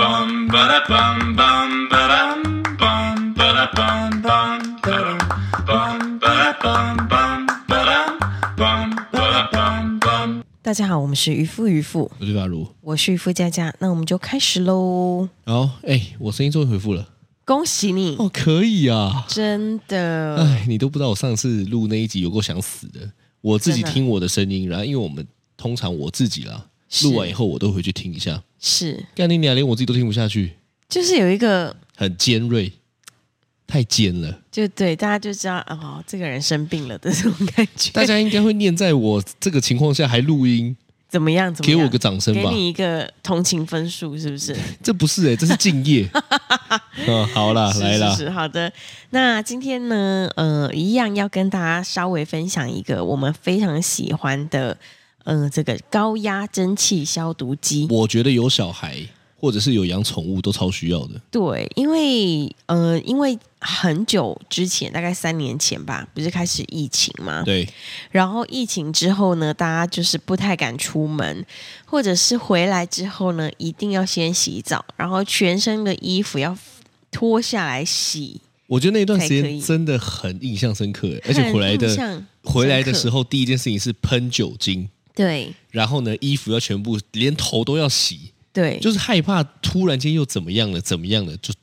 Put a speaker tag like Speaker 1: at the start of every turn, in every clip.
Speaker 1: bum ba da bum bum ba dum bum ba da bum bum ba dum bum ba da bum bum ba dum bum ba da bum bum.
Speaker 2: 大家好，我们是渔夫渔妇，
Speaker 3: 我是大如。
Speaker 2: 我是渔夫佳佳，那我们就开始喽。
Speaker 3: 好，哎、我声音终于回复了，
Speaker 2: 恭喜你，
Speaker 3: 哦，可以啊。
Speaker 2: 真的，
Speaker 3: 哎，你都不知道我上次录那一集有够想死的，我自己
Speaker 2: 真的
Speaker 3: 听我的声音，然后因为我们通常我自己啦，
Speaker 2: 是
Speaker 3: 录完以后我都回去听一下，
Speaker 2: 是
Speaker 3: 干你娘，连我自己都听不下去，
Speaker 2: 就是有一个，
Speaker 3: 很尖锐，太尖了。
Speaker 2: 就对大家就知道哦，这个人生病了的这种感觉。
Speaker 3: 大家应该会念在我这个情况下还录音，
Speaker 2: 怎么样？怎么
Speaker 3: 给
Speaker 2: 样？
Speaker 3: 我个掌声
Speaker 2: 给
Speaker 3: 吧。
Speaker 2: 你一个同情分数，是不是？
Speaker 3: 这不是哎、这是敬 业。嗯，好啦，
Speaker 2: 是
Speaker 3: 来啦，
Speaker 2: 是是，好的。那今天呢，呃，一样要跟大家稍微分享一个我们非常喜欢的，呃，这个高压蒸汽消毒机。
Speaker 3: 我觉得有小孩或者是有养宠物都超需要的。
Speaker 2: 对，因为呃，因为很久之前，大概三年前吧，不是开始疫情嘛？
Speaker 3: 对，
Speaker 2: 然后疫情之后呢，大家就是不太敢出门，或者是回来之后呢，一定要先洗澡，然后全身的衣服要脱下来洗。
Speaker 3: 我觉得那段时
Speaker 2: 才可以
Speaker 3: 间真的很印象深刻欸，而且回来
Speaker 2: 很印
Speaker 3: 的
Speaker 2: 象
Speaker 3: 回来的时
Speaker 2: 深刻，
Speaker 3: 候，第一件事情是喷酒精，
Speaker 2: 对
Speaker 3: 然后呢，衣服要全部连头都要洗，
Speaker 2: 对，就
Speaker 3: 就是害怕突然间又怎么样了，怎么样了，就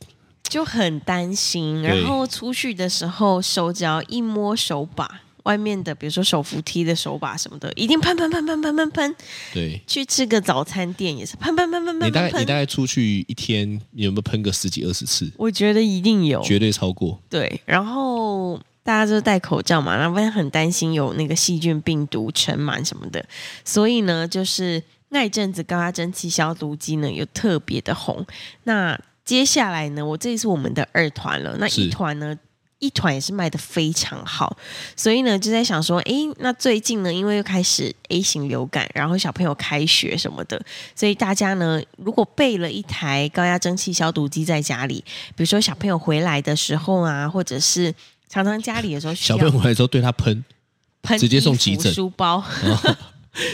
Speaker 2: 就很担心。
Speaker 3: 对
Speaker 2: 然后出去的时候，手只要一摸手把。外面的，比如说手扶梯的手把什么的，一定喷喷喷喷喷喷喷，
Speaker 3: 对。
Speaker 2: 去吃个早餐店也是喷喷喷喷
Speaker 3: 你
Speaker 2: 喷
Speaker 3: 大
Speaker 2: 喷
Speaker 3: 概你
Speaker 2: 喷，
Speaker 3: 大概出去一天，你有没有喷个十几二十次？
Speaker 2: 我觉得一定有
Speaker 3: 绝对超过。
Speaker 2: 对。然后大家就戴口罩嘛，然后不然很担心有那个细菌、病毒、尘螨什么的，所以呢，就是那一阵子高压蒸汽消毒机呢又特别的红。那接下来呢，我这是我们的二团了，那
Speaker 3: 是
Speaker 2: 一团呢？一团也是卖的非常好，所以呢就在想说，诶，那最近呢，因为又开始 A 型流感，然后小朋友开学什么的，所以大家呢如果备了一台高压蒸汽消毒机在家里，比如说小朋友回来的时候啊，或者是常常家里的时候需
Speaker 3: 小朋友
Speaker 2: 要
Speaker 3: 回来之后对他喷，
Speaker 2: 喷
Speaker 3: 直接送
Speaker 2: 衣服
Speaker 3: 急诊哦
Speaker 2: 书包，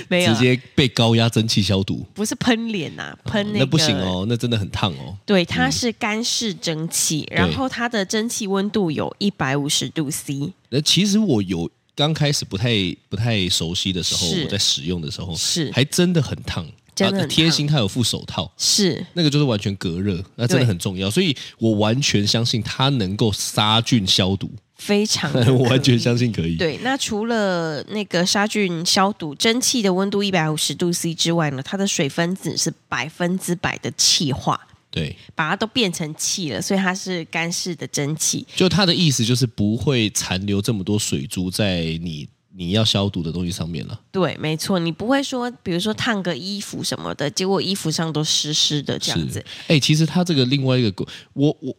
Speaker 2: 没有
Speaker 3: 直，接被高压蒸汽消毒，
Speaker 2: 不是喷脸呐、喷
Speaker 3: 那
Speaker 2: 个、
Speaker 3: 不行。哦，那真的很烫哦。
Speaker 2: 对，它是干式蒸汽，然后它的蒸汽温度有一百五十度 C，
Speaker 3: 那其实我有刚开始不太不太熟悉的时候，
Speaker 2: 是
Speaker 3: 我在使用的时候，
Speaker 2: 是
Speaker 3: 还真的很烫。
Speaker 2: 真的很
Speaker 3: 啊贴心，它有附手套，
Speaker 2: 是
Speaker 3: 那个就是完全隔热，那真的很重要。所以我完全相信它能够杀菌消毒，
Speaker 2: 非常的
Speaker 3: 我完全
Speaker 2: 可以
Speaker 3: 相信可以。
Speaker 2: 对，那除了那个杀菌消毒蒸汽的温度一百五十度 C 之外呢，它的水分子是百分之百的气化，
Speaker 3: 对，
Speaker 2: 把它都变成气了，所以它是干式的蒸汽。
Speaker 3: 就它的意思就是不会残留这么多水珠在你你要消毒的东西上面了。
Speaker 2: 对，没错，你不会说，比如说烫个衣服什么的，结果衣服上都湿湿的这样
Speaker 3: 是
Speaker 2: 子。
Speaker 3: 哎、其实它这个另外一个狗，我我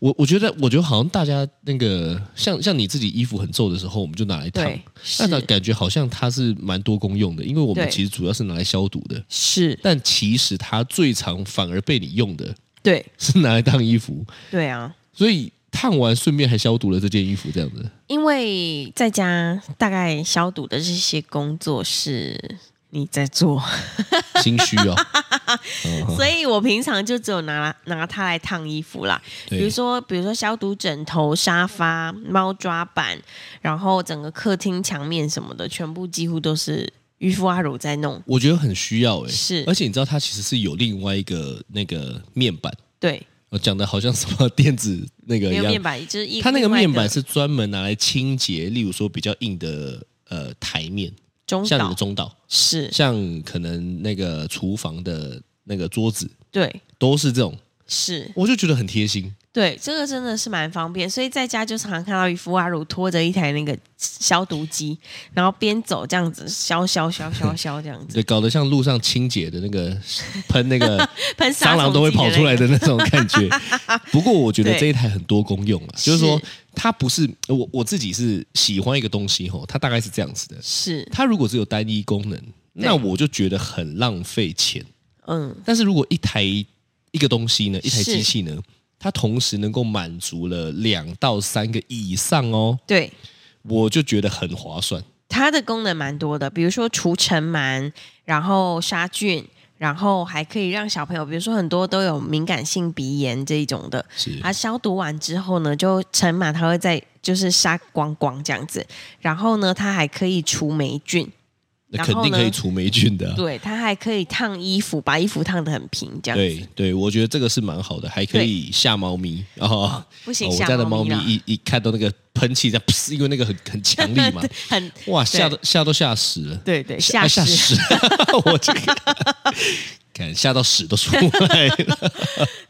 Speaker 3: 我我觉得，我觉得好像大家那个像像你自己衣服很皱的时候，我们就拿来烫。
Speaker 2: 对，
Speaker 3: 那它
Speaker 2: 是
Speaker 3: 感觉好像它是蛮多功用的，因为我们
Speaker 2: 对
Speaker 3: 其实主要是拿来消毒的，
Speaker 2: 是，
Speaker 3: 但其实它最常反而被你用的
Speaker 2: 对
Speaker 3: 是拿来烫衣服，
Speaker 2: 对啊，
Speaker 3: 所以烫完顺便还消毒了这件衣服，这样子。
Speaker 2: 因为在家大概消毒的这些工作是你在做，
Speaker 3: 心虚哦，
Speaker 2: 所以我平常就只有拿拿它来烫衣服啦。比如
Speaker 3: 对，
Speaker 2: 说，比如说消毒枕头、沙发、猫抓板，然后整个客厅墙面什么的，全部几乎都是渔夫阿柔在弄。
Speaker 3: 我觉得很需要哎、
Speaker 2: 是
Speaker 3: 而且你知道它其实是有另外一个那个面板，
Speaker 2: 对，
Speaker 3: 我讲的好像什么电子那个
Speaker 2: 没
Speaker 3: 一
Speaker 2: 有
Speaker 3: 样
Speaker 2: 面，板，就是一
Speaker 3: 它那个面板
Speaker 2: 是
Speaker 3: 是专门拿来清洁，例如说比较硬的呃台面，
Speaker 2: 中
Speaker 3: 像你
Speaker 2: 岛
Speaker 3: 的，中岛，
Speaker 2: 是
Speaker 3: 像可能那个厨房的那个桌子，
Speaker 2: 对，
Speaker 3: 都是这种，
Speaker 2: 是
Speaker 3: 我就觉得很贴心。
Speaker 2: 对，这个真的是蛮方便，所以在家就常常看到渔夫阿如拖着一台那个消毒机，然后边走这样子消消消 消消这样子，
Speaker 3: 对，搞得像路上清洁的那个喷那个
Speaker 2: 喷 杀
Speaker 3: 蟑螂
Speaker 2: 虫
Speaker 3: 都会
Speaker 2: 剂
Speaker 3: 跑
Speaker 2: 那
Speaker 3: 出来
Speaker 2: 个
Speaker 3: 的那种感觉。 不过我觉得
Speaker 2: 对
Speaker 3: 这一台很多功用啊，就是说
Speaker 2: 是
Speaker 3: 它不是我我自己是喜欢一个东西吼，它大概是这样子的。
Speaker 2: 是
Speaker 3: 它如果只有单一功能，那我就觉得很浪费钱。
Speaker 2: 嗯
Speaker 3: 但是如果一台一个东西呢，一台
Speaker 2: 是
Speaker 3: 机器呢，它同时能够满足了两到三个以上哦，
Speaker 2: 对。
Speaker 3: 我就觉得很划算。
Speaker 2: 它的功能蛮多的，比如说除尘螨，然后杀菌，然后还可以让小朋友，比如说很多都有敏感性鼻炎这一种的，
Speaker 3: 是
Speaker 2: 它消毒完之后呢，就尘螨它会在就是杀光光这样子，然后呢，它还可以除霉菌，
Speaker 3: 那
Speaker 2: 然
Speaker 3: 肯
Speaker 2: 后
Speaker 3: 定可以
Speaker 2: 呢
Speaker 3: 除霉菌的啊、
Speaker 2: 对，它还可以烫衣服，把衣服烫得很平这样子。
Speaker 3: 对对，我觉得这个是蛮好的，还可以吓猫咪。然后、哦、
Speaker 2: 不行
Speaker 3: 我
Speaker 2: 吓
Speaker 3: 家的
Speaker 2: 猫
Speaker 3: 猫
Speaker 2: 咪
Speaker 3: 咪
Speaker 2: 啦，
Speaker 3: 一一看到那个喷气在，噗因为那个很很强力嘛
Speaker 2: 很
Speaker 3: 哇，吓都吓都吓死了，
Speaker 2: 对对
Speaker 3: 啊
Speaker 2: 吓
Speaker 3: 吓
Speaker 2: 死。
Speaker 3: 死 了，我这个看吓到屎都出来了。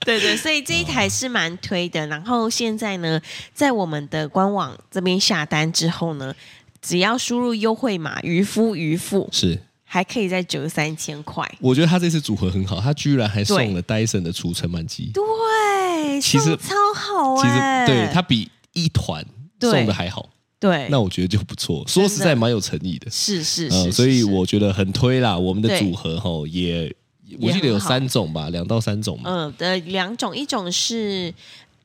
Speaker 2: 对对，所以这一台是蛮推的。然后现在呢，在我们的官网这边下单之后呢，只要输入优惠码“渔夫渔妇”，
Speaker 3: 是，
Speaker 2: 还可以再折三千块。
Speaker 3: 我觉得他这次组合很好，他居然还
Speaker 2: 对
Speaker 3: 送了 Dyson 的除尘螨机，
Speaker 2: 对，
Speaker 3: 其实
Speaker 2: 送超好
Speaker 3: 其实
Speaker 2: 哎、
Speaker 3: 对它比一团
Speaker 2: 对
Speaker 3: 送的还好，
Speaker 2: 对，
Speaker 3: 那我觉得就不错。说实在，蛮有诚意的。
Speaker 2: 哎是是是
Speaker 3: 呃，
Speaker 2: 是
Speaker 3: 所以
Speaker 2: 是
Speaker 3: 我觉得很推啦，我们的
Speaker 2: 对
Speaker 3: 组合吼也，我
Speaker 2: 也
Speaker 3: 记得有
Speaker 2: 很好
Speaker 3: 三种吧，两到三种嘛。
Speaker 2: 嗯呃两种，一种是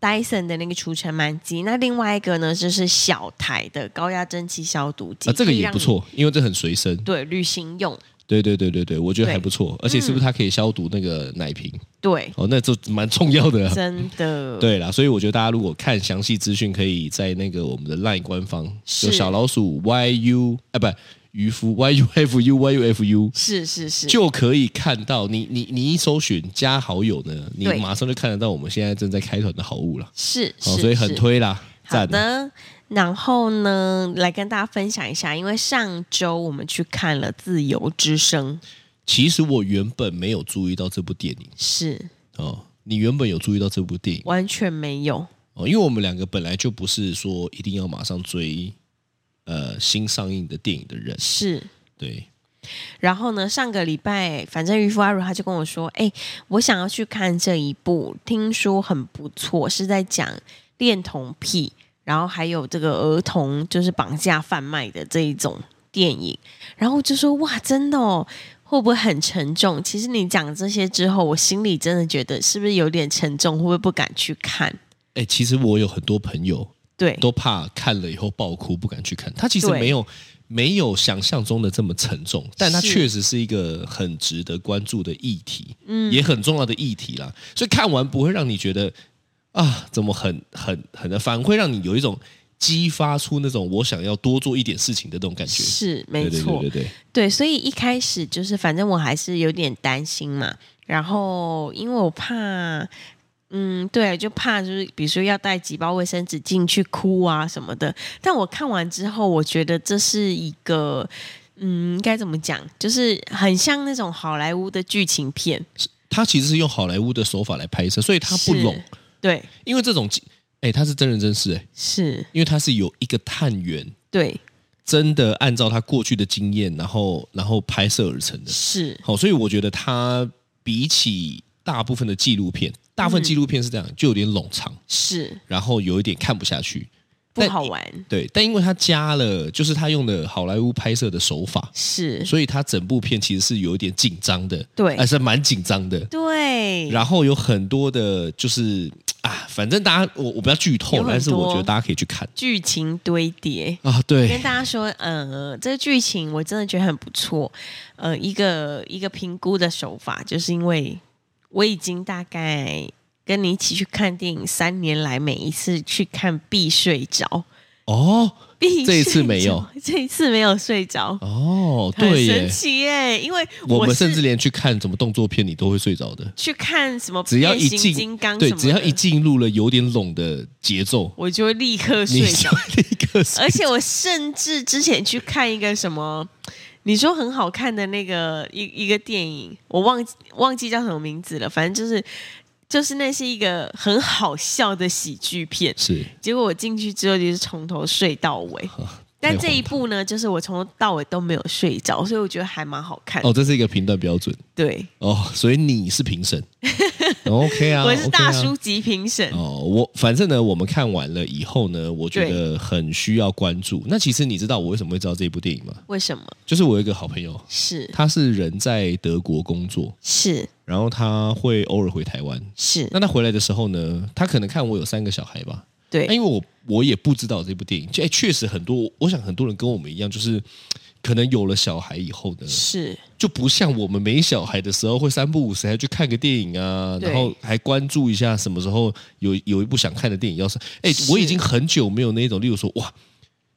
Speaker 2: Dyson 的那个除尘螨机，那另外一个呢就是小台的高压蒸汽消毒机，
Speaker 3: 啊，这个
Speaker 2: 可以
Speaker 3: 也
Speaker 2: 让
Speaker 3: 不
Speaker 2: 你。
Speaker 3: 错，因为这很随身。
Speaker 2: 对，旅行用，
Speaker 3: 对对对对对，我觉得
Speaker 2: 对嗯
Speaker 3: 还不错，而且是不是它可以消毒那个奶瓶？
Speaker 2: 对，
Speaker 3: 哦，那就蛮重要的啊、
Speaker 2: 真的，
Speaker 3: 对啦，所以我觉得大家如果看详细资讯，可以在那个我们的 LINE 官方，
Speaker 2: 是
Speaker 3: 就小老鼠 YU 啊，不，渔夫 YUFU YUFU
Speaker 2: 是是是，
Speaker 3: 就可以看到你你你一搜寻加好友呢，你
Speaker 2: 对
Speaker 3: 马上就看得到我们现在正在开团的好物了。
Speaker 2: 是
Speaker 3: 哦，
Speaker 2: 是，
Speaker 3: 所以很
Speaker 2: 是
Speaker 3: 推啦，
Speaker 2: 好
Speaker 3: 赞啊！
Speaker 2: 的。然后呢，来跟大家分享一下，因为上周我们去看了《自由之声》，
Speaker 3: 其实我原本没有注意到这部电影
Speaker 2: 是
Speaker 3: 哦，你原本有注意到这部电影
Speaker 2: 完全没有，
Speaker 3: 哦，因为我们两个本来就不是说一定要马上追呃新上映的电影的人，
Speaker 2: 是
Speaker 3: 对，
Speaker 2: 然后呢，上个礼拜，反正渔夫阿如他就跟我说：“哎、我想要去看这一部，听说很不错，是在讲恋童癖，然后还有这个儿童就是绑架贩卖的这一种电影。”然后我就说：“哇，真的哦，会不会很沉重？”其实你讲这些之后，我心里真的觉得是不是有点沉重，会不会不敢去看？
Speaker 3: 哎、其实我有很多朋友
Speaker 2: 对，
Speaker 3: 都怕看了以后爆哭，不敢去看。他其实
Speaker 2: 对
Speaker 3: 没有没有想象中的这么沉重，但它
Speaker 2: 是
Speaker 3: 确实是一个很值得关注的议题，嗯，也很重要的议题啦。所以看完不会让你觉得啊，怎么很很很的，反而会让你有一种激发出那种我想要多做一点事情的那种感觉。
Speaker 2: 是没
Speaker 3: 对
Speaker 2: 错。
Speaker 3: 对对对对，
Speaker 2: 对，所以一开始就是，反正我还是有点担心嘛。然后因为我怕，嗯，对，就怕就是比如说要带几包卫生纸进去哭啊什么的。但我看完之后，我觉得这是一个，嗯，该怎么讲，就是很像那种好莱坞的剧情片，
Speaker 3: 他其实是用好莱坞的手法来拍摄，所以他不
Speaker 2: 是
Speaker 3: 拢，
Speaker 2: 对，
Speaker 3: 因为这种哎，他是真人真事哎，
Speaker 2: 是，
Speaker 3: 因为他是有一个探员。
Speaker 2: 对，
Speaker 3: 真的按照他过去的经验，然后然后拍摄而成的。
Speaker 2: 是，
Speaker 3: 好，所以我觉得他比起大部分的纪录片，大部分纪录片是这样，就有点冗长，
Speaker 2: 是
Speaker 3: 然后有一点看不下去。
Speaker 2: 不
Speaker 3: 但
Speaker 2: 好玩，
Speaker 3: 对，但因为他加了，就是他用的好莱坞拍摄的手法，
Speaker 2: 是，
Speaker 3: 所以他整部片其实是有一点紧张的，
Speaker 2: 对
Speaker 3: 还是蛮紧张的。
Speaker 2: 对，
Speaker 3: 然后有很多的，就是啊，反正大家我我不要剧
Speaker 2: 有
Speaker 3: 透，
Speaker 2: 很
Speaker 3: 但是我
Speaker 2: 多
Speaker 3: 觉得大家可以去看
Speaker 2: 剧情堆叠，
Speaker 3: 啊。
Speaker 2: 跟
Speaker 3: 对，
Speaker 2: 大家说，呃，这个剧情我真的觉得很不错。呃，一个一个评估的手法，就是因为我已经大概跟你一起去看电影三年来，每一次去看必睡着，
Speaker 3: 哦
Speaker 2: 必睡着
Speaker 3: 这一次没有，
Speaker 2: 这一次没有睡着，
Speaker 3: 哦，
Speaker 2: 很
Speaker 3: 对
Speaker 2: 神
Speaker 3: 耶，
Speaker 2: 奇耶！因为
Speaker 3: 我们
Speaker 2: 是
Speaker 3: 甚至连去看什么动作片，你都会睡着的。
Speaker 2: 去看什么
Speaker 3: 只要
Speaker 2: 变
Speaker 3: 一
Speaker 2: 形
Speaker 3: 进
Speaker 2: 金刚
Speaker 3: 对，
Speaker 2: 什么
Speaker 3: 只要一
Speaker 2: 的
Speaker 3: 进入了有点拢的节奏，
Speaker 2: 我就会立刻
Speaker 3: 你
Speaker 2: 睡着。
Speaker 3: 就
Speaker 2: 呃
Speaker 3: 立刻睡
Speaker 2: 而且我甚至之前去看一个什么，你说很好看的那个一一个电影，我忘记忘记叫什么名字了，反正就是就是那是一个很好笑的喜剧片，
Speaker 3: 是
Speaker 2: 结果我进去之后就是从头睡到尾。但
Speaker 3: 太荒
Speaker 2: 这一部呢，就是我从头到尾都没有睡着，所以我觉得还蛮好看。
Speaker 3: 哦，这是一个评断标准
Speaker 2: 对，
Speaker 3: 哦，所以你是 评审，OK 啊，
Speaker 2: 我是大
Speaker 3: OK 啊
Speaker 2: 叔级评审。
Speaker 3: 哦，我反正呢，我们看完了以后呢，我觉得很需要关注。那其实你知道我为什么会知道这部电影吗？
Speaker 2: 为什么？
Speaker 3: 就是我有一个好朋友，
Speaker 2: 是
Speaker 3: 他是人在德国工作，
Speaker 2: 是
Speaker 3: 然后他会偶尔回台湾。
Speaker 2: 是，
Speaker 3: 那他回来的时候呢，他可能看我有三个小孩吧，
Speaker 2: 对
Speaker 3: 那因为我我也不知道这部电影，就哎，确实很多，我想很多人跟我们一样，就是可能有了小孩以后呢，
Speaker 2: 是
Speaker 3: 就不像我们没小孩的时候，会三不五时还去看个电影啊，
Speaker 2: 对
Speaker 3: 然后还关注一下什么时候有有一部想看的电影要上。哎，
Speaker 2: 是
Speaker 3: 我已经很久没有那种，例如说，哇，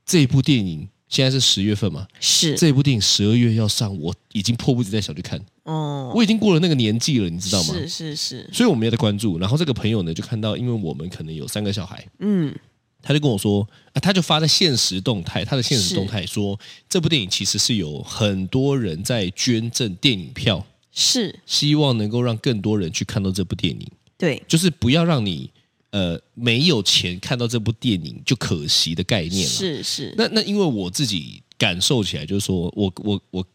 Speaker 3: 这部电影现在是十月份嘛，
Speaker 2: 是，
Speaker 3: 这部电影十二月要上，我已经迫不及待想去看。
Speaker 2: 哦，
Speaker 3: 我已经过了那个年纪了，你知道吗？
Speaker 2: 是是是，
Speaker 3: 所以我们也在关注。然后这个朋友呢，就看到，因为我们可能有三个小孩，
Speaker 2: 嗯，
Speaker 3: 他就跟我说啊，他就发在现实动态，他的现实动态说，这部电影其实是有很多人在捐赠电影票，
Speaker 2: 是
Speaker 3: 希望能够让更多人去看到这部电影，
Speaker 2: 对，
Speaker 3: 就是不要让你呃没有钱看到这部电影就可惜的概念了。
Speaker 2: 是是，
Speaker 3: 那那因为我自己感受起来，就是说我我我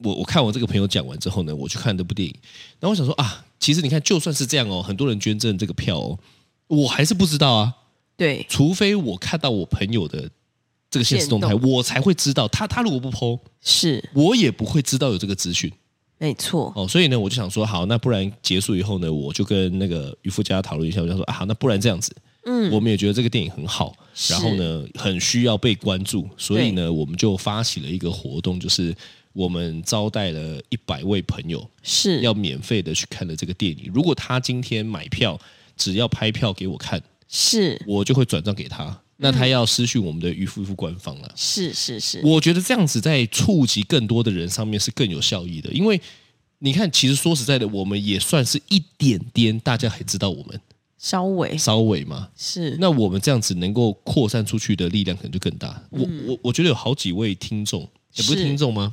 Speaker 3: 我我看我这个朋友讲完之后呢，我去看这部电影，然后我想说啊，其实你看，就算是这样哦，很多人捐赠这个票哦，我还是不知道啊，
Speaker 2: 对
Speaker 3: 除非我看到我朋友的这个现实动态，
Speaker 2: 限
Speaker 3: 我才会知道。他他如果不 PO，
Speaker 2: 是
Speaker 3: 我也不会知道有这个资讯
Speaker 2: 没错，
Speaker 3: 哦。所以呢，我就想说，好，那不然结束以后呢，我就跟那个渔夫家讨论一下，我就说啊，好那不然这样子，
Speaker 2: 嗯，
Speaker 3: 我们也觉得这个电影很好，然后呢，很需要被关注，所以呢，我们就发起了一个活动，就是我们招待了一百位朋友，
Speaker 2: 是
Speaker 3: 要免费的去看了这个电影。如果他今天买票，只要拍票给我看，
Speaker 2: 是
Speaker 3: 我就会转账给他。那他要私讯我们的渔夫渔夫官方了。
Speaker 2: 是是是，
Speaker 3: 我觉得这样子在触及更多的人上面是更有效益的，因为你看，其实说实在的，我们也算是一点点大家还知道我们
Speaker 2: 稍微
Speaker 3: 稍微嘛，
Speaker 2: 是
Speaker 3: 那我们这样子能够扩散出去的力量可能就更大。我我我觉得有好几位听众，也嗯不是
Speaker 2: 是
Speaker 3: 听众吗？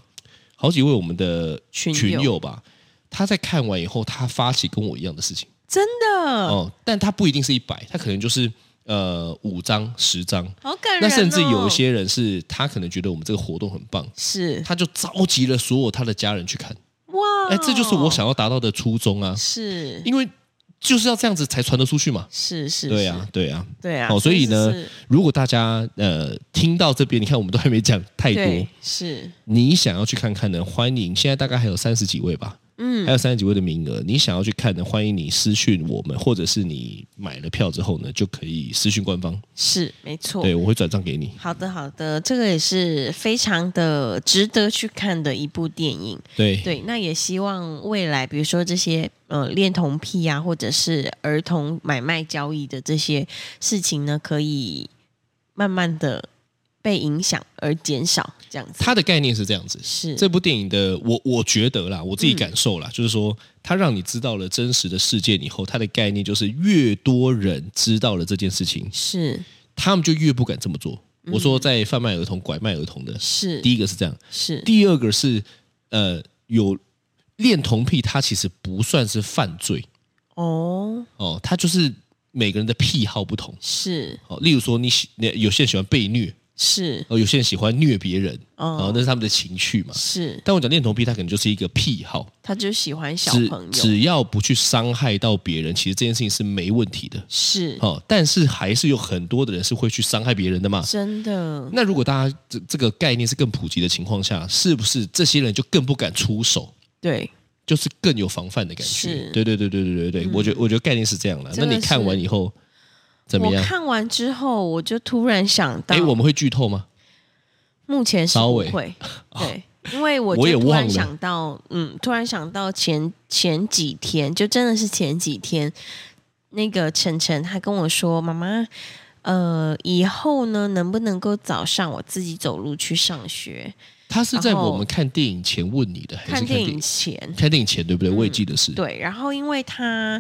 Speaker 3: 好几位我们的
Speaker 2: 群友
Speaker 3: 群友吧，他在看完以后，他发起跟我一样的事情
Speaker 2: 真的
Speaker 3: 哦、但他不一定是一百，他可能就是呃五张、十张，
Speaker 2: 好感人哦，
Speaker 3: 那甚至有一些人是他可能觉得我们这个活动很棒，
Speaker 2: 是
Speaker 3: 他就召集了所有他的家人去看。
Speaker 2: 哇，
Speaker 3: 哎，这就是我想要达到的初衷啊，
Speaker 2: 是
Speaker 3: 因为就是要这样子才传得出去嘛。
Speaker 2: 是是，
Speaker 3: 对
Speaker 2: 是
Speaker 3: 啊，对啊。
Speaker 2: 对啊，
Speaker 3: 好，所以呢
Speaker 2: 是，
Speaker 3: 如果大家呃听到这边，你看我们都还没讲太多
Speaker 2: 对，是
Speaker 3: 你想要去看看呢，欢迎，现在大概还有三十几位吧，嗯，还有三十几位的名额，你想要去看呢，欢迎你私讯我们，或者是你买了票之后呢，就可以私讯官方，
Speaker 2: 是没错，
Speaker 3: 对我会转账给你，
Speaker 2: 好的，好的，这个也是非常的值得去看的一部电影。
Speaker 3: 对
Speaker 2: 对，那也希望未来，比如说这些呃恋童癖啊，或者是儿童买卖交易的这些事情呢，可以慢慢的被影响而减少，这样子。
Speaker 3: 它的概念是这样子，
Speaker 2: 是
Speaker 3: 这部电影的我我觉得啦，我自己感受啦，就是说它让你知道了真实的事件以后，它的概念就是越多人知道了这件事情，
Speaker 2: 是
Speaker 3: 他们就越不敢这么做。我说在贩卖儿童、拐卖儿童的，
Speaker 2: 是
Speaker 3: 第一个是这样，
Speaker 2: 是
Speaker 3: 第二个是呃有恋童癖，它其实不算是犯罪
Speaker 2: 哦，
Speaker 3: 哦，它就是每个人的癖好不同
Speaker 2: 是
Speaker 3: 哦。例如说你喜，你有些人喜欢被虐，
Speaker 2: 是
Speaker 3: 哦，有些人喜欢虐别人，哦
Speaker 2: 哦，
Speaker 3: 那是他们的情趣嘛。
Speaker 2: 是，
Speaker 3: 但我讲恋童癖，它可能就是一个癖好，
Speaker 2: 他就喜欢小
Speaker 3: 只
Speaker 2: 朋友，
Speaker 3: 只要不去伤害到别人，其实这件事情是没问题的。
Speaker 2: 是
Speaker 3: 哦，但是还是有很多的人是会去伤害别人的嘛。
Speaker 2: 真的
Speaker 3: 那如果大家这这个概念是更普及的情况下，是不是这些人就更不敢出手，
Speaker 2: 对，
Speaker 3: 就是更有防范的感觉
Speaker 2: 是？嗯
Speaker 3: 对对对对对对对，我觉得我觉得概念是这样的。那
Speaker 2: 真的
Speaker 3: 你看完以后怎么
Speaker 2: 我
Speaker 3: 样？
Speaker 2: 看完之后，我就突然想到，
Speaker 3: 哎，我们会剧透吗？
Speaker 2: 目前是
Speaker 3: 稍
Speaker 2: 不
Speaker 3: 微 哦
Speaker 2: 会，对，因为我
Speaker 3: 我也
Speaker 2: 就突
Speaker 3: 忘
Speaker 2: 然
Speaker 3: 了
Speaker 2: 想到，嗯，突然想到前前几天，就真的是前几天，那个晨晨他跟我说，妈妈。呃，以后呢，能不能够早上我自己走路去上学？
Speaker 3: 他是在
Speaker 2: 然后
Speaker 3: 我们看电影前问你的，还是
Speaker 2: 看
Speaker 3: 看
Speaker 2: 电
Speaker 3: 电
Speaker 2: 影
Speaker 3: 影？
Speaker 2: 前，
Speaker 3: 看电影前对不对？我也记得是。
Speaker 2: 对，然后因为他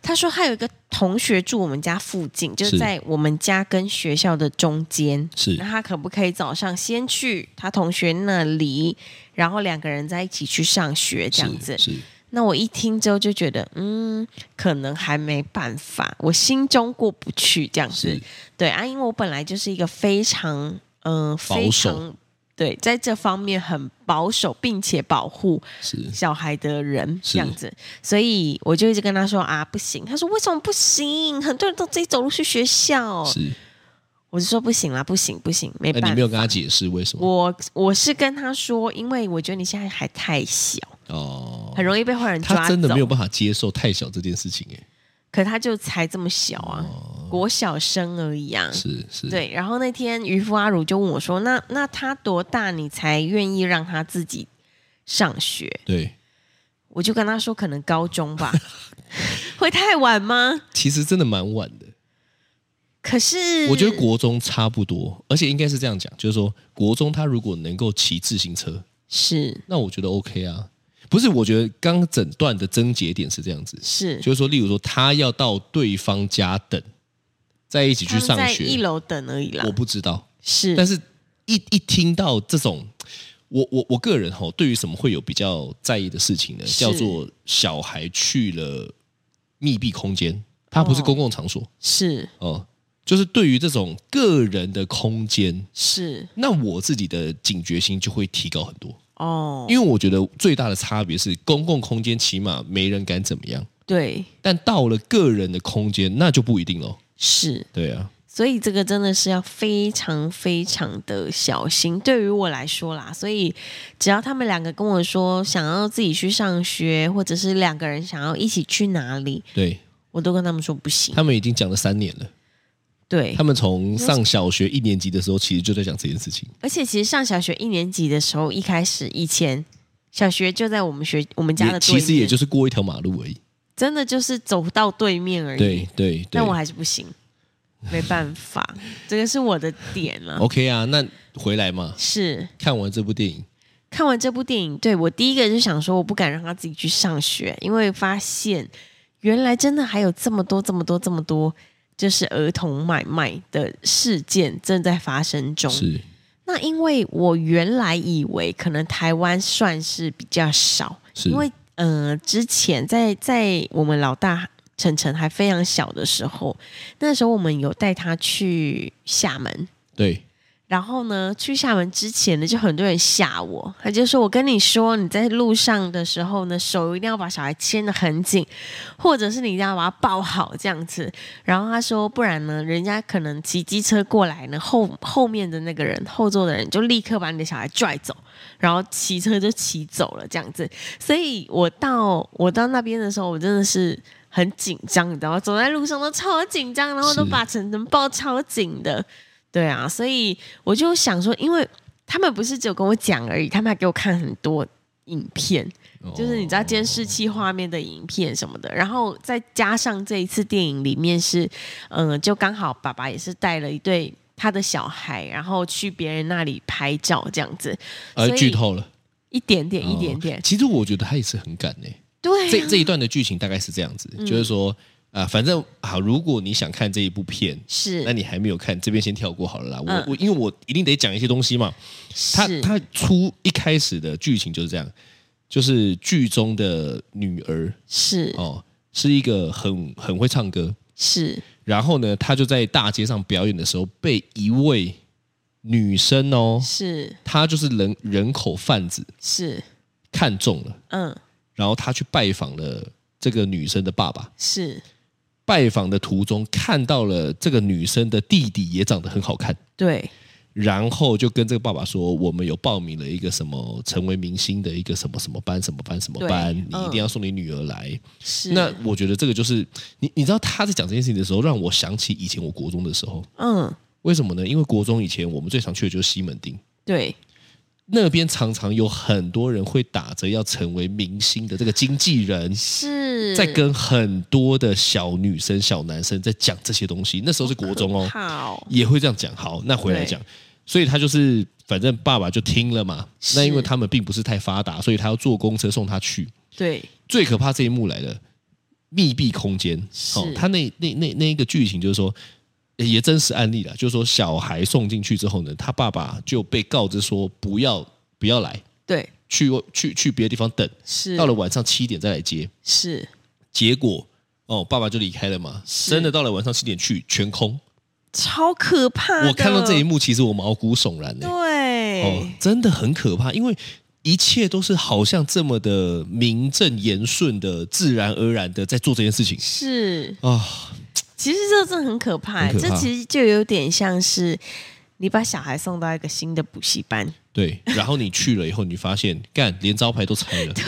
Speaker 2: 他说他有一个同学住我们家附近，就是是在我们家跟学校的中间。
Speaker 3: 是
Speaker 2: 那他可不可以早上先去他同学那里，然后两个人在一起去上学这样子
Speaker 3: 是？是，
Speaker 2: 那我一听之后就觉得，嗯，可能还没办法，我心中过不去这样子
Speaker 3: 是。
Speaker 2: 对啊，因为我本来就是一个非常嗯、呃、非
Speaker 3: 保守
Speaker 2: 常对在这方面很保守，并且保护
Speaker 3: 是
Speaker 2: 小孩的人
Speaker 3: 是
Speaker 2: 这样子，所以我就一直跟他说啊，不行。他说为什么不行？很多人都自己走路去学校。
Speaker 3: 是。
Speaker 2: 我就说不行啦，不行不行，没
Speaker 3: 那
Speaker 2: 办
Speaker 3: 你
Speaker 2: 法。
Speaker 3: 没有跟他解释为什么？
Speaker 2: 我我是跟他说，因为我觉得你现在还太小，
Speaker 3: 哦，
Speaker 2: 很容易被坏人抓走。
Speaker 3: 他真的没有办法接受太小这件事情，哎，
Speaker 2: 可他就才这么小啊，国小生而已啊。
Speaker 3: 哦是是，，
Speaker 2: 对，然后那天渔夫阿如就问我说：“那那他多大你才愿意让他自己上学
Speaker 3: 对，？”
Speaker 2: 我就跟他说：“可能高中 吧， 会太晚吗
Speaker 3: 其实真的蛮晚的。？”
Speaker 2: 可是
Speaker 3: 我觉得国中差不多，而且应该是这样讲，就是说国中他如果能够骑自行车，
Speaker 2: 是
Speaker 3: 那我觉得 OK 啊。不是，我觉得刚整段的症结点是这样子，
Speaker 2: 是，
Speaker 3: 就是说，例如说他要到对方家等，在一起
Speaker 2: 他
Speaker 3: 去
Speaker 2: 们
Speaker 3: 上
Speaker 2: 在一
Speaker 3: 学，
Speaker 2: 楼等而已啦
Speaker 3: 我。不知道。
Speaker 2: 是，
Speaker 3: 但
Speaker 2: 是
Speaker 3: 是一一听到这种，我我我个人吼、对于什么会有比较在意的事情呢？
Speaker 2: 是
Speaker 3: 叫做小孩去了密闭空间，它不是
Speaker 2: 哦
Speaker 3: 公共场所
Speaker 2: 是
Speaker 3: 哦、就是对于这种个人的空间，
Speaker 2: 是
Speaker 3: 那我自己的警觉心就会提高很多，
Speaker 2: 哦，
Speaker 3: 因为我觉得最大的差别是公共空间起码没人敢怎么样，
Speaker 2: 对
Speaker 3: 但到了个人的空间那就不一定喽。
Speaker 2: 是。
Speaker 3: 对啊，
Speaker 2: 所以这个真的是要非常非常的小心。对于我来说啦，所以只要他们两个跟我说想要自己去上学，或者是两个人想要一起去哪里，
Speaker 3: 对
Speaker 2: 我都跟他们说不行。
Speaker 3: 他们已经讲了三年了。
Speaker 2: 对
Speaker 3: 他，们从上小学一年级的时候，其实就在讲这件事情。
Speaker 2: 而且其实上小学一年级的时候，一开始以前小学就在我们学我们家的
Speaker 3: 也
Speaker 2: 对面，
Speaker 3: 其实也就是是过一条马路而已。
Speaker 2: 真的就是走到对面而已。
Speaker 3: 对对对
Speaker 2: 但我还是不行，没办法，这个是我的点了。
Speaker 3: ，OK 啊，那回来嘛，
Speaker 2: 是，
Speaker 3: 看完这部电影，
Speaker 2: 看完这部电影，对我第一个就想说，我不敢让他自己去上学，因为发现原来真的还有这么多、这么多、这么多，就是儿童买卖的事件正在发生中。
Speaker 3: 是
Speaker 2: 那因为我原来以为可能台湾算是比较少，
Speaker 3: 是
Speaker 2: 因为呃，之前在在我们老大晨晨还非常小的时候，那时候我们有带他去厦门，
Speaker 3: 对
Speaker 2: 然后呢，去厦门之前呢，就很多人吓我，他就说：“我跟你说，你在路上的时候呢，手一定要把小孩牵得很紧，或者是你一定要把他抱好这样子。”然后他说：“不然呢，人家可能骑机车过来呢，后后面的那个人，后座的人就立刻把你的小孩拽走，然后骑车就骑走了这样子。”所以，我到我到那边的时候，我真的是。很紧张，你知道吗？走在路上都超紧张，然后都
Speaker 3: 是
Speaker 2: 把晨晨抱超紧的。对啊，所以我就想说，因为他们不是只有跟我讲而已，他们还给我看很多影片，
Speaker 3: 哦
Speaker 2: 就是你知道监视器画面的影片什么的，然后再加上这一次电影里面是，嗯、就刚好爸爸也是带了一对他的小孩，然后去别人那里拍照这样子，
Speaker 3: 呃
Speaker 2: 所以
Speaker 3: 剧透了，
Speaker 2: 一点点一点
Speaker 3: 哦
Speaker 2: 点，
Speaker 3: 其实我觉得他也是很敢诶、
Speaker 2: 对啊、
Speaker 3: 这这一段的剧情大概是这样子，就是说啊、反正好，如果你想看这一部片。那
Speaker 2: 是
Speaker 3: 你还没有看，这边先跳过好了啦。我、
Speaker 2: 嗯
Speaker 3: 我因为我一定得讲一些东西嘛。他
Speaker 2: 是
Speaker 3: 他出一开始的剧情就是这样，就是剧中的女儿
Speaker 2: 是
Speaker 3: 哦，是一个很很会唱歌，
Speaker 2: 是
Speaker 3: 然后呢，她就在大街上表演的时候，被一位女生哦，
Speaker 2: 是
Speaker 3: 她就是人人口贩子
Speaker 2: 是，
Speaker 3: 看中了，
Speaker 2: 嗯
Speaker 3: 然后她去拜访了这个女生的爸爸，
Speaker 2: 是
Speaker 3: 拜访的途中看到了这个女生的弟弟也长得很好看。
Speaker 2: 对
Speaker 3: 然后就跟这个爸爸说，我们有报名了一个什么成为明星的一个什么什么班，什么班，什么班，
Speaker 2: 对嗯
Speaker 3: 你一定要送你女儿来。
Speaker 2: 是
Speaker 3: 那我觉得这个就是你，你知道他在讲这件事情的时候，让我想起以前我国中的时候，
Speaker 2: 嗯
Speaker 3: 为什么呢？因为国中以前我们最常去的就是西门町，
Speaker 2: 对
Speaker 3: 那边常常有很多人会打着要成为明星的这个经纪人，
Speaker 2: 是
Speaker 3: 在跟很多的小女生、小男生在讲这些东西。那时候是国中哦，
Speaker 2: 好
Speaker 3: 也会这样讲。好，那回来讲，所以他就是反正爸爸就听了嘛。
Speaker 2: 是
Speaker 3: 那因为他们并不是太发达，所以他要坐公车送他去。
Speaker 2: 对
Speaker 3: 最可怕这一幕来了，密闭空间。哦
Speaker 2: 是
Speaker 3: 他那那那那一个剧情就是说。也真实案例了，就是说小孩送进去之后呢，他爸爸就被告知说不要不要来，
Speaker 2: 对
Speaker 3: 去去去别的地方等，
Speaker 2: 是
Speaker 3: 到了晚上七点再来接。
Speaker 2: 是
Speaker 3: 结果哦，爸爸就离开了嘛，真的到了晚上七点去全空。
Speaker 2: 超可怕的。
Speaker 3: 我看到这一幕，其实我毛骨悚然呢、
Speaker 2: 对、
Speaker 3: 欸哦，真的很可怕，因为一切都是好像这么的名正言顺的、自然而然的在做这件事情
Speaker 2: 是，
Speaker 3: 啊、
Speaker 2: 其实这真的很可怕
Speaker 3: 很可怕
Speaker 2: 这其实就有点像是你把小孩送到一个新的补习班，
Speaker 3: 对，然后你去了以后，你发现干连招牌都拆 了，对，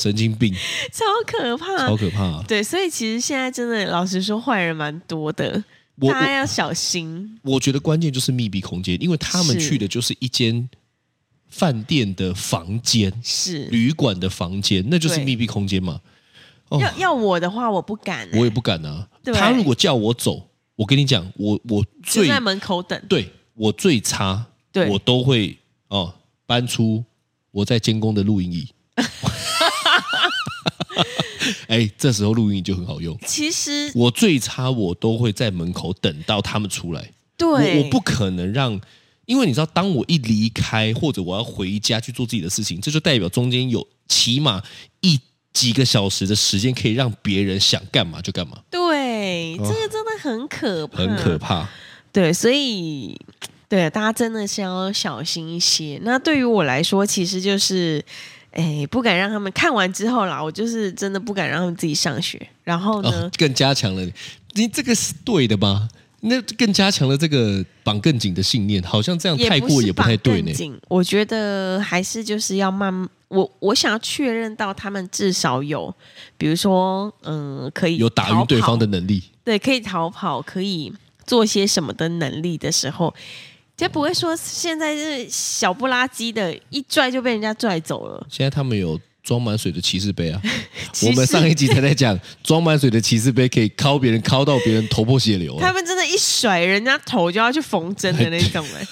Speaker 3: 神经病，
Speaker 2: 超可怕。嗯
Speaker 3: 好可怕、啊。
Speaker 2: 对，所以其实现在真的，老实说，坏人蛮多的。
Speaker 3: 我
Speaker 2: 大家
Speaker 3: 我
Speaker 2: 要小心。
Speaker 3: 我觉得关键就是密闭空间，因为他们
Speaker 2: 是
Speaker 3: 去的就是一间饭店的房间、
Speaker 2: 是，
Speaker 3: 旅馆的房间，那就是
Speaker 2: 对
Speaker 3: 密闭空间嘛。哦，
Speaker 2: 要要我的话，我不敢、欸，
Speaker 3: 我也不敢啊。
Speaker 2: 对
Speaker 3: 他如果叫我走，我跟你讲，我我
Speaker 2: 就
Speaker 3: 最
Speaker 2: 在门口等。
Speaker 3: 对我最差，
Speaker 2: 对
Speaker 3: 我都会哦搬出我在监工的录 音椅。哎，这时候录音椅就很好用。
Speaker 2: 其实
Speaker 3: 我最差，我都会在门口等到他们出来。我
Speaker 2: 对，
Speaker 3: 我不可能让，因为你知道，当我一离开或者我要回家去做自己的事情，这就代表中间有起码一几个小时的时间可以让别人想干嘛就干嘛，
Speaker 2: 对，
Speaker 3: 哦
Speaker 2: 这个真的很可怕，
Speaker 3: 很可怕。
Speaker 2: 对，所以对大家真的是要小心一些。那对于我来说，其实就是。哎，不敢让他们看完之后啦，我就是真的不敢让他们自己上学。然后呢
Speaker 3: 哦，，更加强了你，你这个是对的吧？那更加强了这个绑更紧的信念，好像这样太过
Speaker 2: 是
Speaker 3: 也不太
Speaker 2: 绑
Speaker 3: 对
Speaker 2: 更
Speaker 3: 呢。
Speaker 2: 紧我觉得还是就是要慢，我我想要确认到他们至少有，比如说，嗯，可以
Speaker 3: 有打
Speaker 2: 逃
Speaker 3: 晕对
Speaker 2: 跑
Speaker 3: 方的能力，
Speaker 2: 对，可以逃跑，可以做些什么的能力的时候，就不会说现在是小不拉几的，一拽就被人家拽走了。
Speaker 3: 现在他们有装满水的骑 士杯啊！
Speaker 2: 其
Speaker 3: 我们
Speaker 2: 实
Speaker 3: 上一集才 在讲，装满水的骑士杯可以敲别人，敲到别人头破血流啊、
Speaker 2: 他们真的，一甩人家头就要去缝针的那 种哎、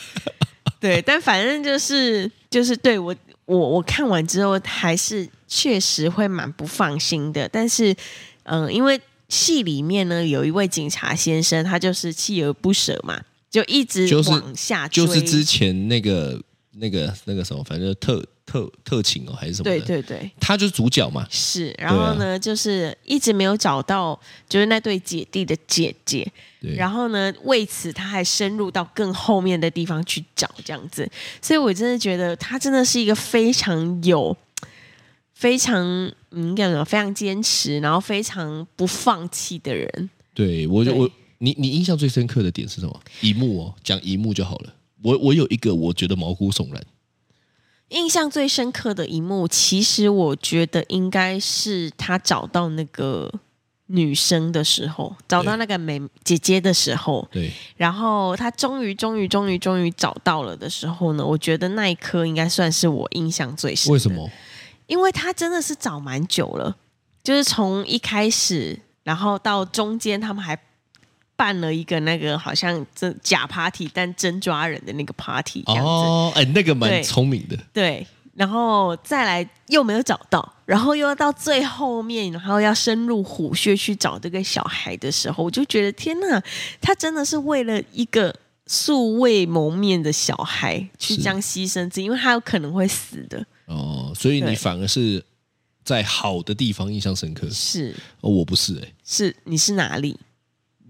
Speaker 2: 对，但反正就是就是对我我我看完之后还是确实会蛮不放心的，但是嗯、呃因为戏里面呢有一位警察先生，他就是锲而不舍嘛，就一直
Speaker 3: 就是
Speaker 2: 往下追，
Speaker 3: 就是之前那个那个那个什么，反正特特特勤哦，还是什么的，
Speaker 2: 对对对。
Speaker 3: 他就是主角嘛。
Speaker 2: 是，然后呢，就是一直没有找到，就是那对姐弟的姐姐。
Speaker 3: 对，
Speaker 2: 然后呢，为此他还深入到更后面的地方去找，这样子。所以我真的觉得他真的是一个非常有、非常嗯，应该怎么讲非常坚持，然后非常不放弃的人。
Speaker 3: 对我就
Speaker 2: 对
Speaker 3: 我你你印象最深刻的点是什么？一幕哦，讲一幕就好了。我我有一个我觉得毛骨悚然，
Speaker 2: 印象最深刻的一幕，其实我觉得应该是他找到那个女生的时候，找到
Speaker 3: 对
Speaker 2: 那个美姐姐的时候，
Speaker 3: 对，
Speaker 2: 然后他终于、终于、终于、终于找到了的时候呢，我觉得那一刻应该算是我印象最深。
Speaker 3: 为什？么？
Speaker 2: 因为他真的是找蛮久了，就是从一开始，然后到中间，他们还办了一个那个好像真假 party，但真抓人的那个 party 这样子。
Speaker 3: 哦，哎，那个蛮
Speaker 2: 对
Speaker 3: 聪明的，
Speaker 2: 对，然后再来又没有找到，然后又要到最后面，然后要深入虎穴去找这个小孩的时候，我就觉得天呐，他真的是为了一个素未谋面的小孩去
Speaker 3: 是
Speaker 2: 这样牺牲自己，因为他有可能会死的。
Speaker 3: 哦，所以
Speaker 2: 对
Speaker 3: 你反而是在好的地方印象深刻，
Speaker 2: 是
Speaker 3: 哦，我不是哎、
Speaker 2: 是，你是哪里？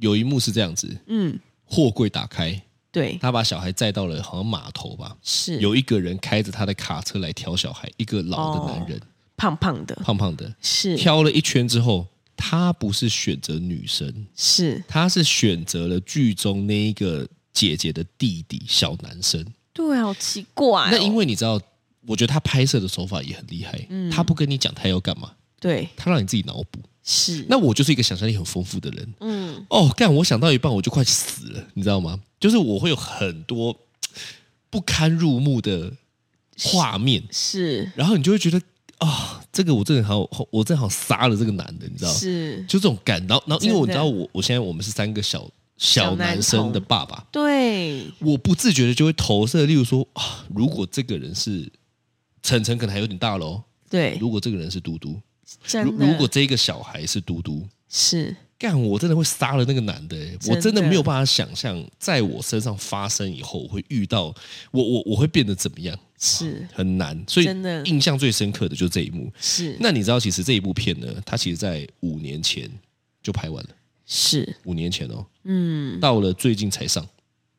Speaker 3: 有一幕是这样子，
Speaker 2: 嗯，
Speaker 3: 货柜打开，
Speaker 2: 对，
Speaker 3: 他把小孩载到了好像码头吧，
Speaker 2: 是
Speaker 3: 有一个人开着他的卡车来挑小孩，一个老
Speaker 2: 哦
Speaker 3: 的男人，
Speaker 2: 胖胖的，
Speaker 3: 胖胖的，
Speaker 2: 是
Speaker 3: 挑了一圈之后，他不是选择女生，
Speaker 2: 是，
Speaker 3: 他是选择了剧中那一个姐姐的弟弟小男生。
Speaker 2: 对啊，好奇怪、哦。
Speaker 3: 那因为你知道，我觉得他拍摄的手法也很厉害，
Speaker 2: 嗯
Speaker 3: 他不跟你讲他要干嘛，
Speaker 2: 对
Speaker 3: 他让你自己脑补。
Speaker 2: 是，
Speaker 3: 那我就是一个想象力很丰富的人，
Speaker 2: 嗯
Speaker 3: 哦，干！我想到一半我就快死了，你知道吗？就是我会有很多不堪入目的画面，
Speaker 2: 是
Speaker 3: 然后你就会觉得啊、这个我正好，我正好杀了这个男的，你知道？
Speaker 2: 是，
Speaker 3: 就这种感。然后，然后因为我
Speaker 2: 真的
Speaker 3: 知道我，我现在我们是三个小小
Speaker 2: 小男
Speaker 3: 男生的
Speaker 2: 童
Speaker 3: 爸爸，
Speaker 2: 对
Speaker 3: 我不自觉的就会投射，例如说啊，如果这个人是晨晨，可能还有点大喽。
Speaker 2: 对，
Speaker 3: 如果这个人是嘟嘟，如
Speaker 2: 真的
Speaker 3: 如果这个小孩是嘟嘟，
Speaker 2: 是
Speaker 3: 干，我真的会杀了那个男的、欸，
Speaker 2: 真的
Speaker 3: 我真的没有办法想象，在我身上发生以后，我会遇到我我我会变得怎么样，
Speaker 2: 是
Speaker 3: 很难。所以
Speaker 2: 真的
Speaker 3: 印象最深刻的就是这一幕。
Speaker 2: 是
Speaker 3: 那你知道，其实这一部片呢，它其实在五年前就拍完了，
Speaker 2: 是，
Speaker 3: 五年前哦，
Speaker 2: 嗯，
Speaker 3: 到了最近才上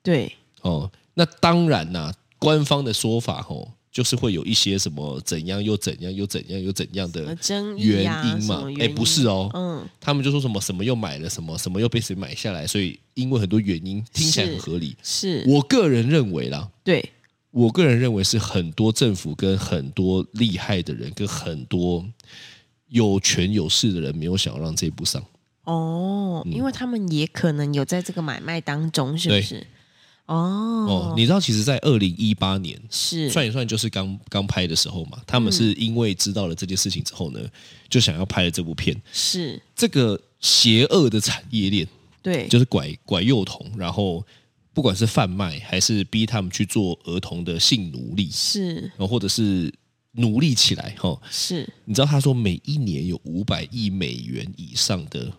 Speaker 2: 对，
Speaker 3: 哦。那当然啦、官方的说法哦，就是会有一些什么怎样又怎样又怎样又怎样
Speaker 2: 什么
Speaker 3: 的
Speaker 2: 争
Speaker 3: 呃原
Speaker 2: 议啊，
Speaker 3: 因
Speaker 2: 什
Speaker 3: 嘛
Speaker 2: 么？
Speaker 3: 哎，
Speaker 2: 原因
Speaker 3: 不是哦，
Speaker 2: 嗯，
Speaker 3: 他们就说什么什么又买了什么，什么又被谁买下来，所以因为很多原因，听起来很合理。
Speaker 2: 是，
Speaker 3: 我个人认为啦，
Speaker 2: 对，
Speaker 3: 我个人认为是很多政府跟很多厉害的人跟很多有权有势的人没有想要让这一部上，
Speaker 2: 哦，因为他们也可能有在这个买卖当中，是不
Speaker 3: 嗯对
Speaker 2: 是？
Speaker 3: 哦
Speaker 2: 哦，，
Speaker 3: 你知道，其实，在二零一八年，
Speaker 2: 是嗯
Speaker 3: 算一算就是刚刚拍的时候嘛，他们是因为知道了这件事情之后呢，就想要拍了这部片。
Speaker 2: 是，
Speaker 3: 这个邪恶的产业链，
Speaker 2: 对，
Speaker 3: 就是拐拐幼童，然后不管是贩卖还是逼他们去做儿童的性奴隶，
Speaker 2: 是
Speaker 3: 然后或者是奴隶起来哈、哦。
Speaker 2: 是，
Speaker 3: 你知道他说每一年有五百亿美元以上的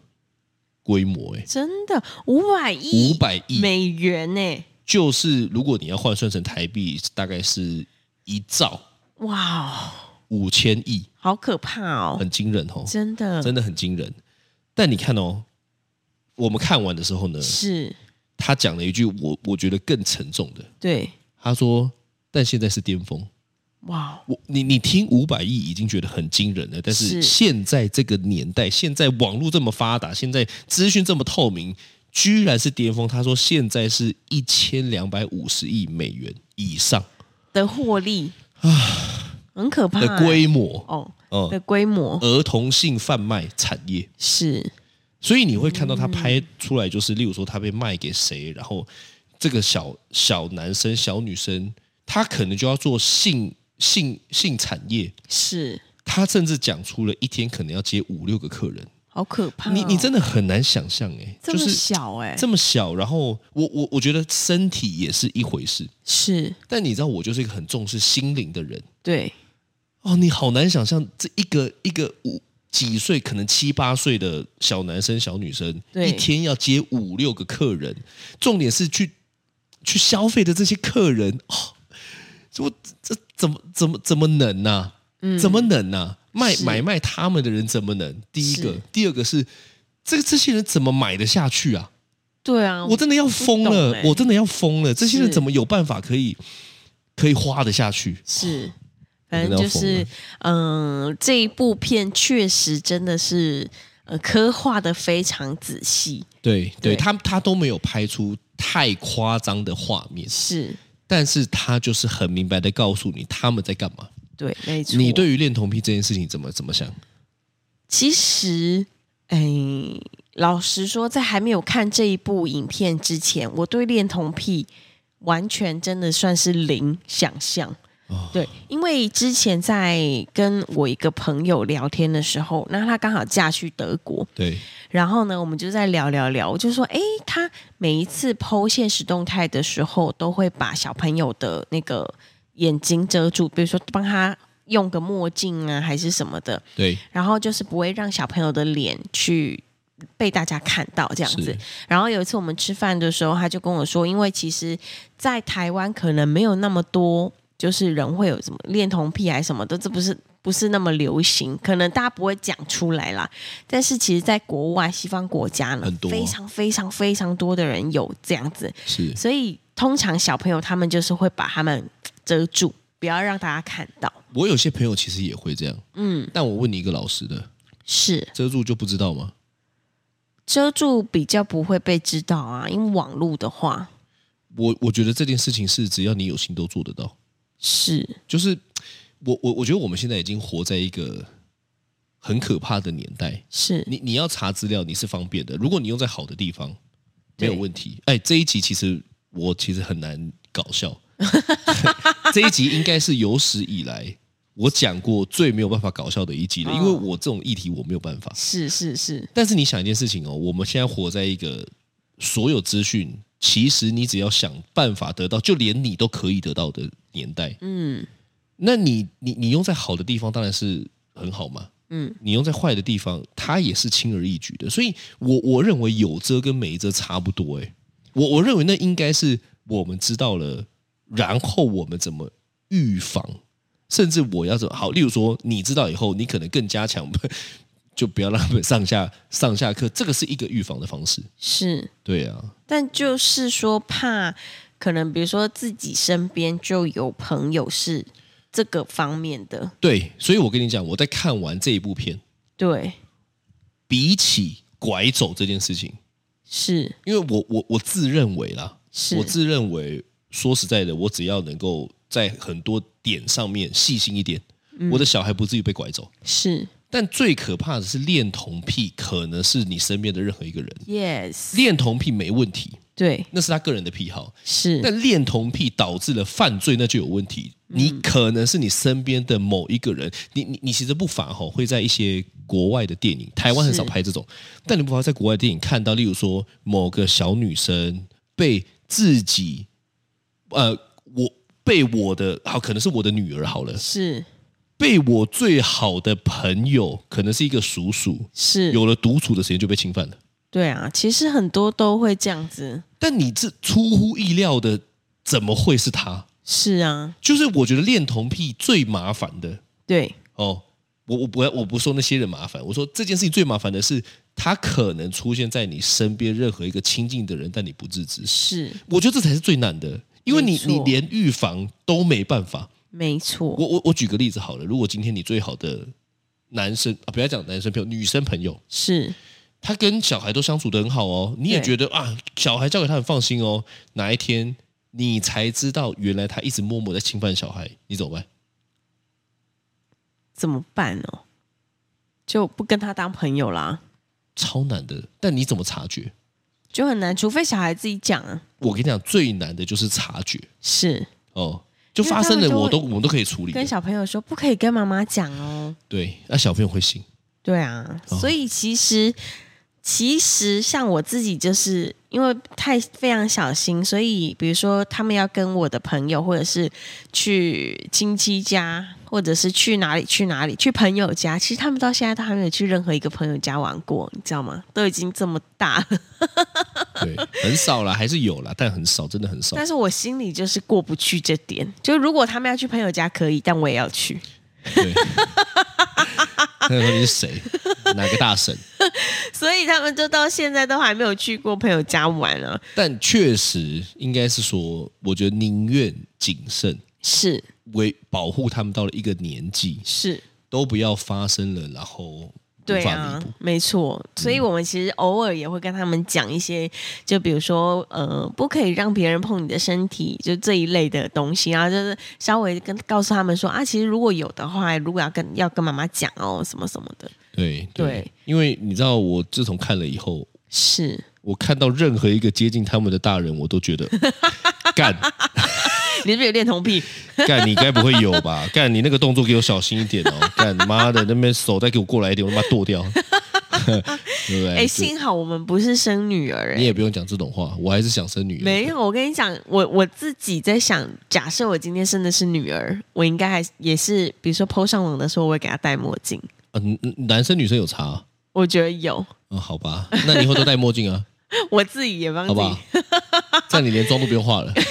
Speaker 3: 规模，哎，
Speaker 2: 真的五百亿，
Speaker 3: 五百亿
Speaker 2: 美元呢、
Speaker 3: 就是如果你要换算成台币，大概是一兆
Speaker 2: 哇哦，
Speaker 3: 五千亿，
Speaker 2: 好可怕哦，
Speaker 3: 很惊人哦，
Speaker 2: 真的，
Speaker 3: 真的很惊人。但你看哦，我们看完的时候呢，
Speaker 2: 是，
Speaker 3: 他讲了一句我我觉得更沉重的，
Speaker 2: 对，
Speaker 3: 他说：“但现在是巅峰。”
Speaker 2: 哇哦，
Speaker 3: 我你你听五百亿已经觉得很惊人了，但
Speaker 2: 是
Speaker 3: 是现在这个年代，现在网络这么发达，现在资讯这么透明，居然是巅峰。他说现在是一千两百五十亿美元以上
Speaker 2: 的获利很可怕、
Speaker 3: 的规模，
Speaker 2: 哦，
Speaker 3: 嗯
Speaker 2: 的规模
Speaker 3: 儿童性贩卖产业。
Speaker 2: 是
Speaker 3: 所以你会看到他拍
Speaker 2: 嗯
Speaker 3: 出来，就是例如说他被卖给谁，然后这个小小男生、小女生，他可能就要做性性性产业。
Speaker 2: 是，
Speaker 3: 他甚至讲出了一天可能要接五六个客人，
Speaker 2: 好可怕哦、
Speaker 3: 你你真的很难想象哎、
Speaker 2: 这
Speaker 3: 就
Speaker 2: 么
Speaker 3: 是
Speaker 2: 小哎、
Speaker 3: 这么小，然后我我我觉得身体也是一回事，
Speaker 2: 是
Speaker 3: 但你知道我就是一个很重视心灵的人
Speaker 2: 对，
Speaker 3: 哦，你好难想象这一个一个五几岁可能七八岁的小男生小女生，
Speaker 2: 对
Speaker 3: 一天要接五六个客人，重点是去去消费的这些客人，哦，我这怎么怎么怎么能呢、怎么能呢、卖
Speaker 2: 嗯是
Speaker 3: 买卖他们的人怎么能？第一个
Speaker 2: 是，
Speaker 3: 第二个是这这些人怎么买得下去啊？
Speaker 2: 对啊，
Speaker 3: 我真的要疯
Speaker 2: 不懂
Speaker 3: 了！
Speaker 2: 欸
Speaker 3: 我真的要疯了！这些人
Speaker 2: 是
Speaker 3: 怎么有办法可以可以花得下去？
Speaker 2: 是，
Speaker 3: 我
Speaker 2: 反
Speaker 3: 真
Speaker 2: 正
Speaker 3: 的要
Speaker 2: 就
Speaker 3: 疯
Speaker 2: 是
Speaker 3: 了，
Speaker 2: 嗯、这一部片确实真的是呃刻画的非常仔细，
Speaker 3: 对
Speaker 2: 对
Speaker 3: 对，他他都没有拍出太夸张的画面，
Speaker 2: 是
Speaker 3: 但是他就是很明白的告诉你他们在干嘛。
Speaker 2: 对，没错。
Speaker 3: 你对于恋童癖这件事情怎么怎么想？
Speaker 2: 其实，哎，老实说，在还没有看这一部影片之前，我对恋童癖完全真的算是零想象。对，因为之前在跟我一个朋友聊天的时候，那她刚好嫁去德国，
Speaker 3: 对，
Speaker 2: 然后呢，我们就在聊聊聊，我就说，诶，他每一次剖现实动态的时候，都会把小朋友的那个眼睛遮住，比如说帮他用个墨镜啊，还是什么的，
Speaker 3: 对，
Speaker 2: 然后就是不会让小朋友的脸去被大家看到这样子
Speaker 3: 是。
Speaker 2: 然后有一次我们吃饭的时候，他就跟我说，因为其实，在台湾可能没有那么多，就是人会有什么恋童癖还是什么的，这不是不是那么流行，可能大家不会讲出来啦。但是其实，在国外西方国家呢
Speaker 3: 很，多
Speaker 2: 非常非常非常多的人有这样子，
Speaker 3: 是
Speaker 2: 所以通常小朋友他们就是会把他们遮住，不要让大家看到。
Speaker 3: 我有些朋友其实也会这样，嗯，但我问你一个老实的，
Speaker 2: 是，
Speaker 3: 遮住就不知道吗？
Speaker 2: 遮住比较不会被知道啊，因为网络的话
Speaker 3: 我我觉得这件事情是只要你有心都做得到。
Speaker 2: 是
Speaker 3: 就是我我我觉得我们现在已经活在一个很可怕的年代。
Speaker 2: 是
Speaker 3: 你你要查资料，你是方便的。如果你用在好的地方，
Speaker 2: 对
Speaker 3: 没有问题。哎，这一集其实我其实很难搞 笑，这一集应该是有史以来我讲过最没有办法搞笑的一集了，
Speaker 2: 哦
Speaker 3: 因为我这种议题我没有办法。
Speaker 2: 是是是，
Speaker 3: 但是你想一件事情哦，我们现在活在一个所有资讯，其实你只要想办法得到，就连你都可以得到的年代。嗯，那你你你用在好的地方当然是很好嘛。嗯，你用在坏的地方，它也是轻而易举的。所以我我认为有遮跟没遮差不多、欸。我我认为那应该是我们知道了，然后我们怎么预防。甚至我要怎么好？例如说，你知道以后，你可能更加强，就不要让他们上下 上下课，这个是一个预防的方式。
Speaker 2: 是，
Speaker 3: 对啊，
Speaker 2: 但就是说怕可能比如说自己身边就有朋友是这个方面的，
Speaker 3: 对，所以我跟你讲，我在看完这一部片，
Speaker 2: 对，
Speaker 3: 比起拐走这件事情，
Speaker 2: 是
Speaker 3: 因为我我我自认为啦，
Speaker 2: 是
Speaker 3: 我自认为说实在的，我只要能够在很多点上面细心一点，我的小孩不至于被拐走。
Speaker 2: 是
Speaker 3: 但最可怕的是恋童癖，可能是你身边的任何一个人。
Speaker 2: Yes，
Speaker 3: 恋童癖没问题，
Speaker 2: 对，
Speaker 3: 那是他个人的癖好。
Speaker 2: 是
Speaker 3: 但恋童癖导致了犯罪，那就有问题。你可能是你身边的某一个人，你你你其实不乏哈、会在一些国外的电影，台湾很少
Speaker 2: 是
Speaker 3: 拍这种，但你不乏在国外电影看到，例如说某个小女生被自己，呃，我被我的好可能是我的女儿好了，
Speaker 2: 是
Speaker 3: 被我最好的朋友，可能是一个叔叔，
Speaker 2: 是，
Speaker 3: 有了独处的时间就被侵犯了。
Speaker 2: 对啊，其实很多都会这样子。
Speaker 3: 但你这出乎意料的，怎么会是他？
Speaker 2: 是啊，
Speaker 3: 就是我觉得恋童癖最麻烦的
Speaker 2: 对，
Speaker 3: 哦，我我不要我不说那些人麻烦，我说这件事情最麻烦的是，他可能出现在你身边任何一个亲近的人，但你不自知。
Speaker 2: 是
Speaker 3: 我觉得这才是最难的，因为你
Speaker 2: 没错
Speaker 3: 你连预防都没办法。
Speaker 2: 没错，
Speaker 3: 我我我举个例子好了，如果今天你最好的男生啊，不要讲男生朋友，女生朋友，
Speaker 2: 是
Speaker 3: 他跟小孩都相处的很好哦，你也
Speaker 2: 对
Speaker 3: 觉得啊，小孩交给他很放心哦。哪一天你才知道，原来他一直默默在侵犯小孩，你怎么办？
Speaker 2: 怎么办哦？就不跟他当朋友啦，
Speaker 3: 超难的，但你怎么察觉？
Speaker 2: 就很难，除非小孩自己讲啊。
Speaker 3: 我跟你讲，最难的就是察觉
Speaker 2: 是
Speaker 3: 哦，就发生了，
Speaker 2: 因为他们就会
Speaker 3: 我都我们都可以处理的
Speaker 2: 跟。小朋友说不可以跟妈妈讲哦。
Speaker 3: 对，那、小朋友会信，
Speaker 2: 对啊，所以其实其实像我自己，就是因为太非常小心，所以比如说他们要跟我的朋友，或者是去亲戚家，或者是去哪里去哪里去朋友家，其实他们到现在都还没有去任何一个朋友家玩过，你知道吗？都已经这么大了，
Speaker 3: 对，很少啦，还是有啦，但很少，真的很少。
Speaker 2: 但是我心里就是过不去这点。就如果他们要去朋友家可以，但我也要去。
Speaker 3: 对，那你说你是谁？哪个大神？
Speaker 2: 所以他们就到现在都还没有去过朋友家玩啊。
Speaker 3: 但确实应该是说，我觉得宁愿谨慎，
Speaker 2: 是
Speaker 3: 为保护他们到了一个年纪，
Speaker 2: 是，
Speaker 3: 都不要发生了，然后无
Speaker 2: 对
Speaker 3: 法
Speaker 2: 啊
Speaker 3: 弥补。，
Speaker 2: 没错。所以我们其实偶尔也会跟他们讲一些，就比如说呃，不可以让别人碰你的身体，就这一类的东西。然后就是稍微跟告诉他们说啊，其实如果有的话，如果要跟要跟妈妈讲哦，什么什么的。
Speaker 3: 对
Speaker 2: 对
Speaker 3: 因为你知道，我自从看了以后，
Speaker 2: 是，
Speaker 3: 我看到任何一个接近他们的大人，我都 觉得干
Speaker 2: 你是不是有恋童癖？
Speaker 3: 干，你该不会有吧？干，你那个动作给我小心一点哦！干妈的，那边手再给我过来一点，我他妈剁掉， 对不对？
Speaker 2: 哎、
Speaker 3: 就
Speaker 2: 幸好我们不是生女儿、
Speaker 3: 你
Speaker 2: 哎。
Speaker 3: 也不用讲这种话，我还是想生女儿。
Speaker 2: 没有，我跟你讲，我我自己在想，假设我今天生的是女儿，我应该还也是，比如说抛上网的时候，我会给她戴墨镜。
Speaker 3: 嗯、嗯男生女生有差啊、
Speaker 2: 我觉得有，
Speaker 3: 嗯好吧？那你以后都戴墨 镜啊，
Speaker 2: 我自己也帮
Speaker 3: 好
Speaker 2: 自
Speaker 3: 不
Speaker 2: 己
Speaker 3: 好？这样你连妆都不用化了。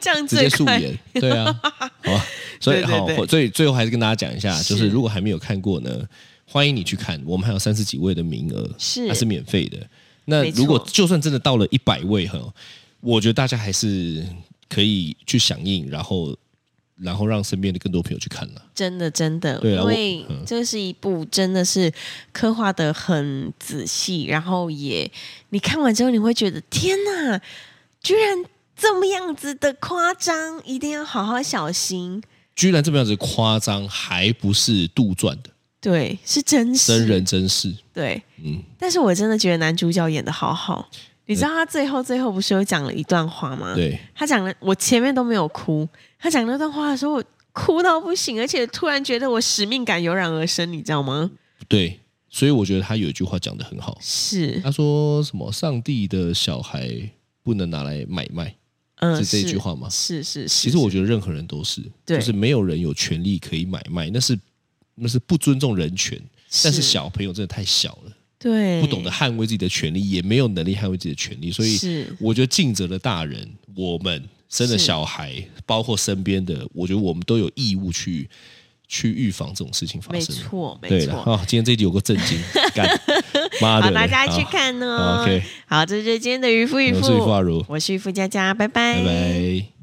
Speaker 2: 这样
Speaker 3: 直
Speaker 2: 最
Speaker 3: 接素
Speaker 2: 快。
Speaker 3: 颜，对 啊，好吧，所以
Speaker 2: 对对
Speaker 3: 好
Speaker 2: 对，
Speaker 3: 最最后还是跟大家讲一下，就是
Speaker 2: 是
Speaker 3: 如果还没有看过呢，欢迎你去看，我们还有三十几位的名额，
Speaker 2: 是
Speaker 3: 它是免费的。那
Speaker 2: 没错
Speaker 3: 如果就算真的到了一百位哈，我觉得大家还是可以去响应，然后然后让身边的更多朋友去看了。
Speaker 2: 真的真的，
Speaker 3: 对啊
Speaker 2: 因
Speaker 3: 我
Speaker 2: 为这是一部真的是刻画的很仔细，然后也你看完之后你会觉得天哪，居然这么样子的夸张，一定要好好小心。
Speaker 3: 居然这么样子夸张，还不是杜撰的，
Speaker 2: 对，是真实
Speaker 3: 真人真事。
Speaker 2: 对，
Speaker 3: 嗯
Speaker 2: 但是我真的觉得男主角演的好好。你知道他最后最后不是有讲了一段话吗？
Speaker 3: 对，
Speaker 2: 他讲了，我前面都没有哭。他讲那段话的时候，我哭到不行，而且突然觉得我使命感油然而生，你知道吗？
Speaker 3: 对，所以我觉得他有一句话讲的很好，
Speaker 2: 是，
Speaker 3: 他说什么？上帝的小孩不能拿来买卖。
Speaker 2: 嗯，
Speaker 3: 是这一句话吗
Speaker 2: 是是是。
Speaker 3: 其实我觉得任何人都是，
Speaker 2: 对
Speaker 3: 就是没有人有权利可以买卖，那是那是不尊重人权。但是小朋友真的太小了，
Speaker 2: 对
Speaker 3: 不懂得捍卫自己的权利，也没有能力捍卫自己的权利，所以
Speaker 2: 嗯是
Speaker 3: 我觉得尽责的大人，我们生了
Speaker 2: 是
Speaker 3: 小孩，包括身边的，我觉得我们都有义务去去预防这种事情发
Speaker 2: 没
Speaker 3: 生。
Speaker 2: 错没
Speaker 3: 对了
Speaker 2: 错。
Speaker 3: 啊，今天这一集有个震 惊，干妈
Speaker 2: 好，
Speaker 3: 的嘞，
Speaker 2: 大家去
Speaker 3: 好。
Speaker 2: 看哦。
Speaker 3: OK
Speaker 2: 好，这就是今天的渔夫渔
Speaker 3: 我
Speaker 2: 妇，
Speaker 3: 是傅阿如，
Speaker 2: 我是渔夫佳佳，拜拜，
Speaker 3: 拜拜。